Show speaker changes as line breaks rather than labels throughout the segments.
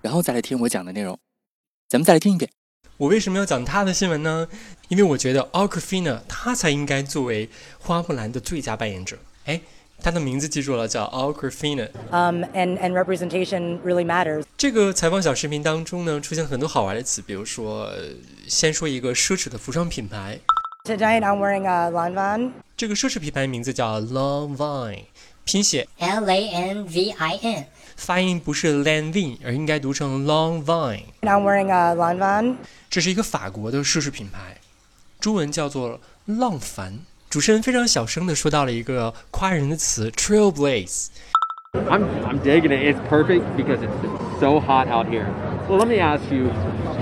然后再来听我讲的内容。咱们再来听一遍。我为什么要讲他的新闻呢？因为我觉得 a l c r i n a 他才应该作为花木兰的最佳扮演者。哎，他的名字记住了，叫 a l c r i n a
um, and, and representation really matters.
这个采访小视频当中呢，出现很多好玩的词，比如说，呃先说一个奢侈的服装品牌，
Tonight I'm wearing a Lanvin.
这个奢侈品牌名字叫 Lanvin，拼写
L A N V I N.
发音不是 Lanvin，而应该读成 Lanvin。
I'm wearing a Lanvin.
这是一个法国的奢侈品牌，中文叫做浪凡。主持人非常小声的说到了一个夸人的词 trailblaze，
I'm, I'm digging it. It's perfect because it's so hot out here. Well, let me ask you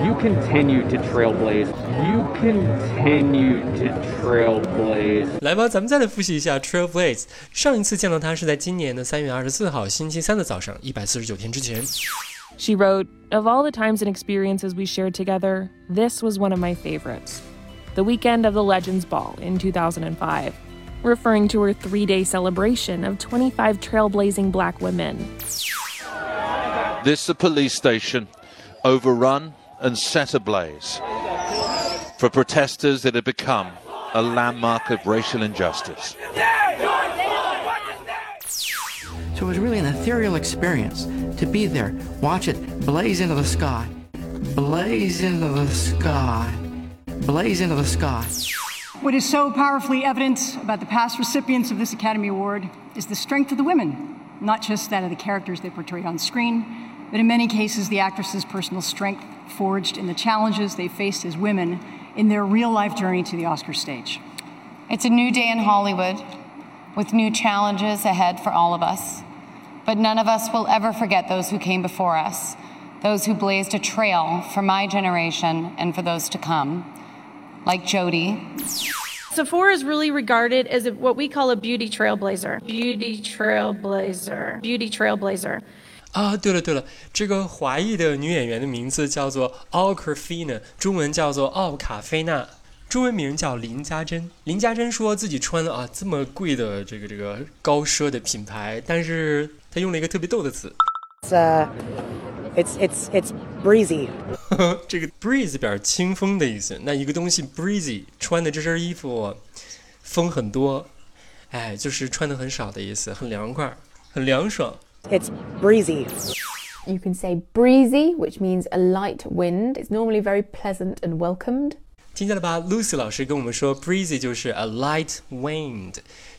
you continue to trailblaze. You continue to trailblaze.
来吧，咱们再来复习一下 Trailblaze。上一次见到他是在今年的三月二十四号星期三的早上，一百四十九天之前。
She wrote, Of all the times and experiences we shared together, this was one of my favorites. The weekend of the Legends Ball in 2005, referring to her three day celebration of 25 trailblazing black women.
This is a police station overrun and set ablaze for protesters that had become a landmark of racial injustice.
So it was really an ethereal experience to be there, watch it blaze into the sky, blaze into the sky, blaze into the sky.
What is so powerfully evident about the past recipients of this Academy Award is the strength of the women, not just that of the characters they portrayed on screen, but in many cases, the actresses' personal strength forged in the challenges they faced as women in their real life journey to the Oscar stage.
It's a new day in Hollywood with new challenges ahead for all of us. But none of us will ever forget those who came before us, those who blazed a trail for my generation and for those to come, like Jody,
Sephora is really regarded as a, what we call a beauty trailblazer. Beauty trailblazer. Beauty trailblazer.
啊，对了对了，这个华裔的女演员的名字叫做奥卡菲娜，中文叫做奥卡菲娜，中文名叫林家珍。林家珍说自己穿了啊这么贵的这个这个高奢的品牌，但是她用了一个特别逗的词，
It's, uh, it's, it's, it's breezy.
呵呵 这个 breeze 表示清风的意思。那一个东西 breezy 穿的这身衣服风很多，哎，就是穿的很少的意思，很凉快，很凉爽。
It's breezy.
You can say breezy, which means a light wind. It's normally very pleasant and welcomed.
听见了吧？Lucy 老师跟我们说，breezy 就是 a light wind，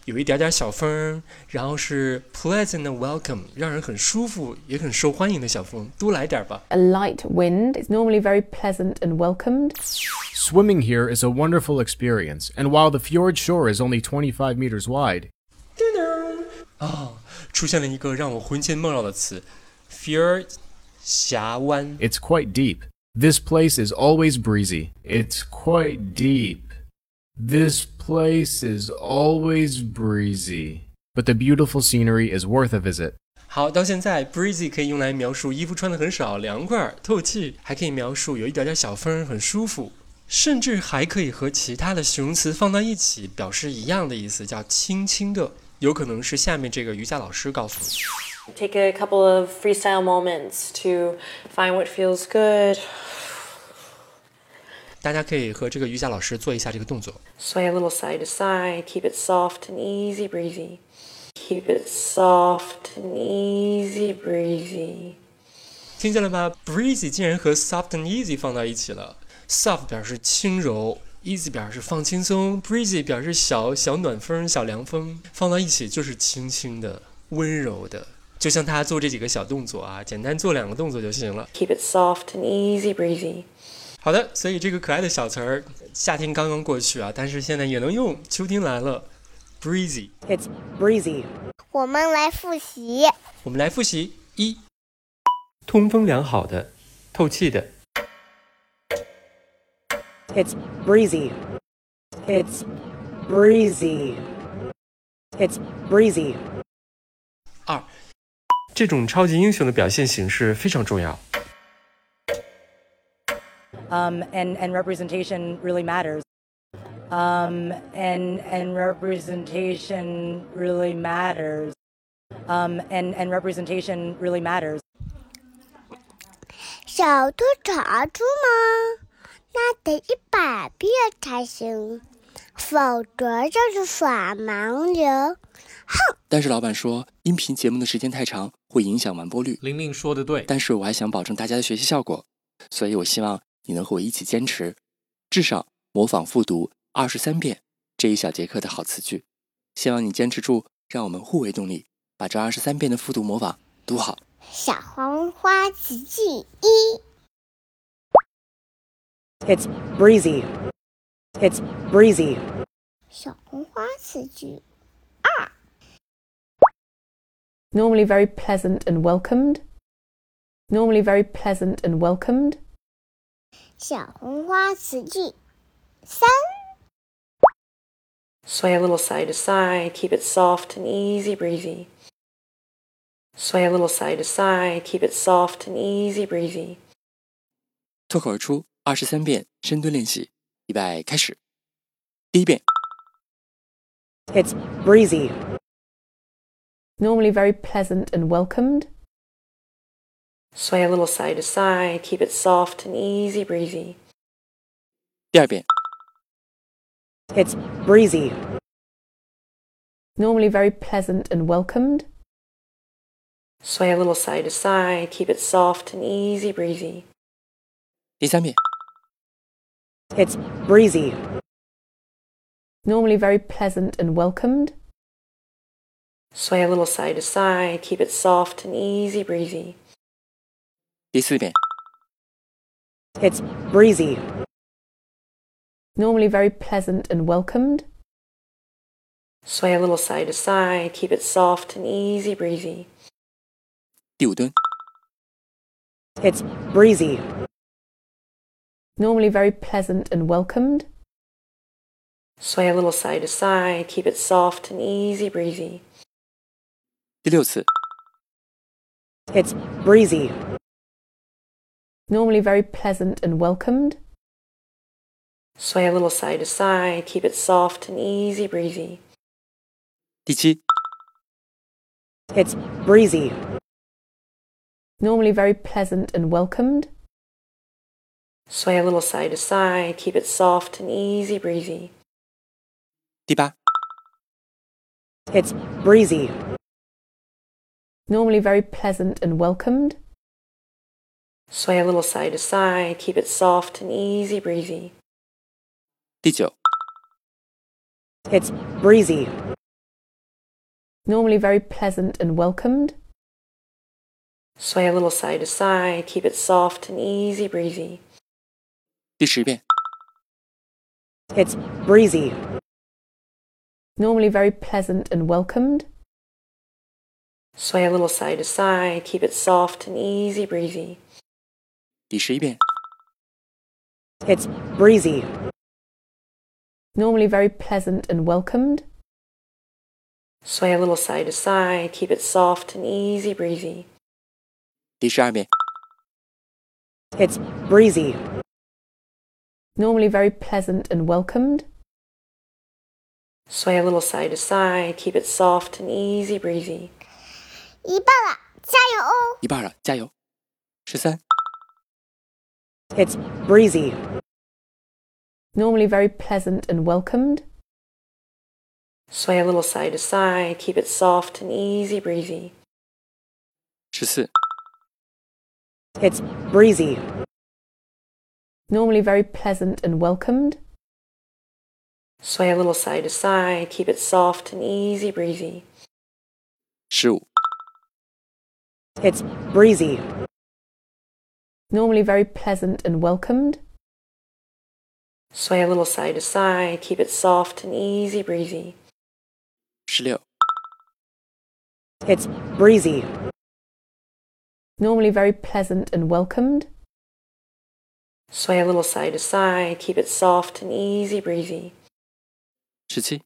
有一点点小风儿，然后是 pleasant and welcome，让人很舒服也很受欢迎的小风，多来点儿吧。
A light wind. It's normally very pleasant and welcomed.
Swimming here is a wonderful experience, and while the fjord shore is only 25 meters wide,
哦，出现了一个让我魂牵梦绕的词，fjord，峡湾。
it's quite deep. This place is always breezy. It's quite deep. This place is always breezy. But the beautiful scenery is worth a visit.
好，到现在 breezy 可以用来描述衣服穿的很少、凉快儿、透气，还可以描述有一点点小风儿，很舒服，甚至还可以和其他的形容词放到一起，表示一样的意思，叫轻轻的。有可能是下面这个瑜伽老师告诉你，
Take a couple of freestyle moments to find what feels good.
大家可以和这个瑜伽老师做一下这个动作。
Sway a little side to side. Keep it soft and easy breezy. Keep it soft and easy breezy.
听见了吧？breezy 竟然和 soft and easy 放到一起了。soft 表示轻柔，easy 表示放轻松，breezy 表示小小暖风、小凉风，放到一起就是轻轻的、温柔的。就像他做这几个小动作啊，简单做两个动作就行了。
Keep it soft and easy breezy.
好的，所以这个可爱的小词儿，夏天刚刚过去啊，但是现在也能用，秋天来了，breezy。
It's breezy.
我们来复习
我们来复习一通风良好的，透气的。
It's breezy. It's breezy. It's breezy.
二，这种超级英雄的表现形式非常重要。
Um, and, and representation really matters. Um, and, and representation really matters. Um, and, and representation really matters.
小兔查出吗？那得一百遍才行，否则就是耍盲流。
但是老板说，音频节目的时间太长，会影响完播率。
玲玲说的对，
但是我还想保证大家的学习效果，所以我希望你能和我一起坚持，至少模仿复读二十三遍这一小节课的好词句。希望你坚持住，让我们互为动力，把这二十三遍的复读模仿读好。
小黄花词句一，
It's breezy. It's breezy.
小红花词句
Normally very pleasant and welcomed. Normally very pleasant and welcomed.
小红花词句三，
Sway a little side to side, keep it soft and easy breezy. Sway a little side to side, keep it soft and easy breezy.
脱口而出二十三遍深蹲练习，预备开始。第一遍，
It's breezy.
Normally very pleasant and welcomed.
Sway a little side to side, keep it soft and easy breezy.
第二遍，
It's breezy.
Normally very pleasant and welcomed.
Sway a little side to side, keep it soft and easy breezy.
第三遍，
It's breezy.
Normally very pleasant and welcomed.
Sway a little side to side, keep it soft and easy breezy.
第四遍，
It's breezy.
Normally very pleasant and welcomed.
Sway a little side to side, keep it soft and easy breezy.
第五蹲，
It's breezy.
Normally very pleasant and welcomed.
Sway a little side to side, keep it soft and easy breezy.
第六次，
It's breezy.
Normally very pleasant and welcomed.
Sway a little side to side, keep it soft and easy breezy.
第七，
It's breezy.
Normally very pleasant and welcomed.
Sway a little side to side, keep it soft and easy breezy.
第八，
It's breezy.
Normally very pleasant and welcomed.
Sway a little side to side, keep it soft and easy breezy.
第九，
It's breezy.
Normally very pleasant and welcomed.
Sway a little side to side, keep it soft and easy breezy.
第十遍，
It's breezy.
Normally very pleasant and welcomed.
Sway a little side to side, keep it soft and easy breezy.
第十一遍，
It's breezy.
Normally very pleasant and welcomed.
Sway a little side to side, keep it soft and easy breezy.
第十二遍，
It's breezy.
Normally very pleasant and welcomed.
Sway a little side to side, keep it soft and easy breezy.
一半了，加油哦！
一半了，加油！十三、
It's breezy.
Normally very pleasant and welcomed.
Sway a little side to side, keep it soft and easy breezy.
十四、
It's breezy.
Normally very pleasant and welcomed.
Sway a little side to side, keep it soft and easy breezy.
十五、
It's breezy.
Normally very pleasant and welcomed.
Sway a little side to side, keep it soft and easy breezy.
十六、
It's breezy.
normally very pleasant and welcomed.
Sway a little side to side, keep it soft and easy breezy.
十七、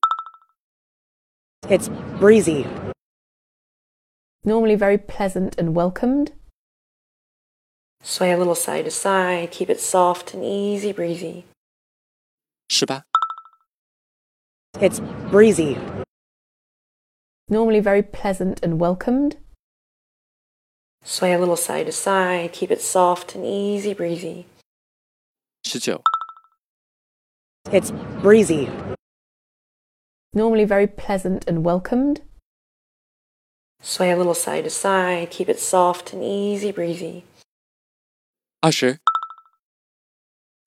It's breezy.
Normally very pleasant and welcomed.
Sway a little side to side, keep it soft and easy breezy.
十八、
It's breezy.
Normally very pleasant and welcomed.
Sway a little side to side, keep it soft and e, easy breezy.
十九、
It's breezy.
Normally very pleasant and welcomed.
Sway a little side to side, keep it soft and easy breezy.
二十、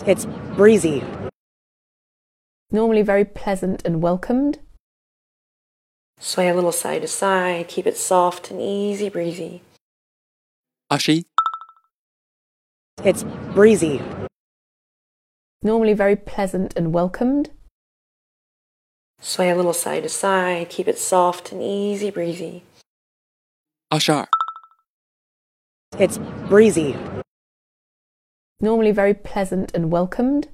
It's breezy.
Normally very pleasant and welcomed.
Sway a little side to side, keep it soft and easy breezy.
二十一、
It's breezy.
Normally very pleasant and welcomed.
Sway a little side to side, keep it soft and easy breezy.
二十二、
It's breezy.
Normally very pleasant and welcomed.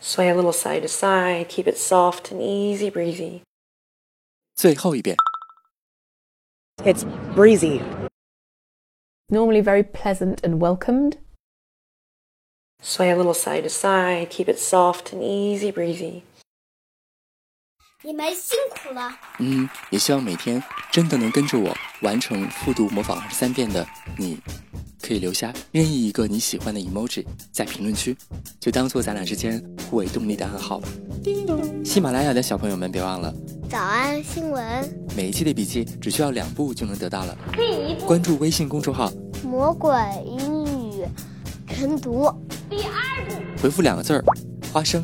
Sway a little side to side, keep it soft and easy breezy.
最后一遍。
It's breezy.
Normally very pleasant and welcomed.
Sway a little side to side, keep it soft and easy breezy.
你们辛苦了。
嗯，也希望每天真的能跟着我完成复读模仿二十三遍的你，可以留下任意一个你喜欢的 emoji 在评论区，就当做咱俩之间互为动力的暗号吧。喜马拉雅的小朋友们别忘了，
早安新闻，
每一期的笔记只需要两步就能得到了。
第一
关注微信公众号，
魔鬼英语晨读，第二部。
回复两个字儿“花生”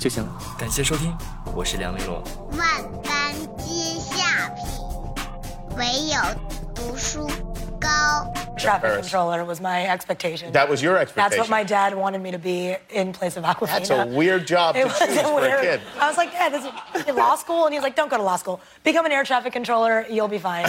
就行了。
感谢收听，我是梁丽罗。
万般皆下品，唯有读书高。
Traffic controller was my expectation.
That was your
That's what
expectation.
my dad wanted me to be in place of Aquafina.
That's a weird job to
It was a
choose for a
weird-
kid.
I was like, Dad, this is law school, and he was like, Don't go to law school. Become an air traffic controller. You'll be fine.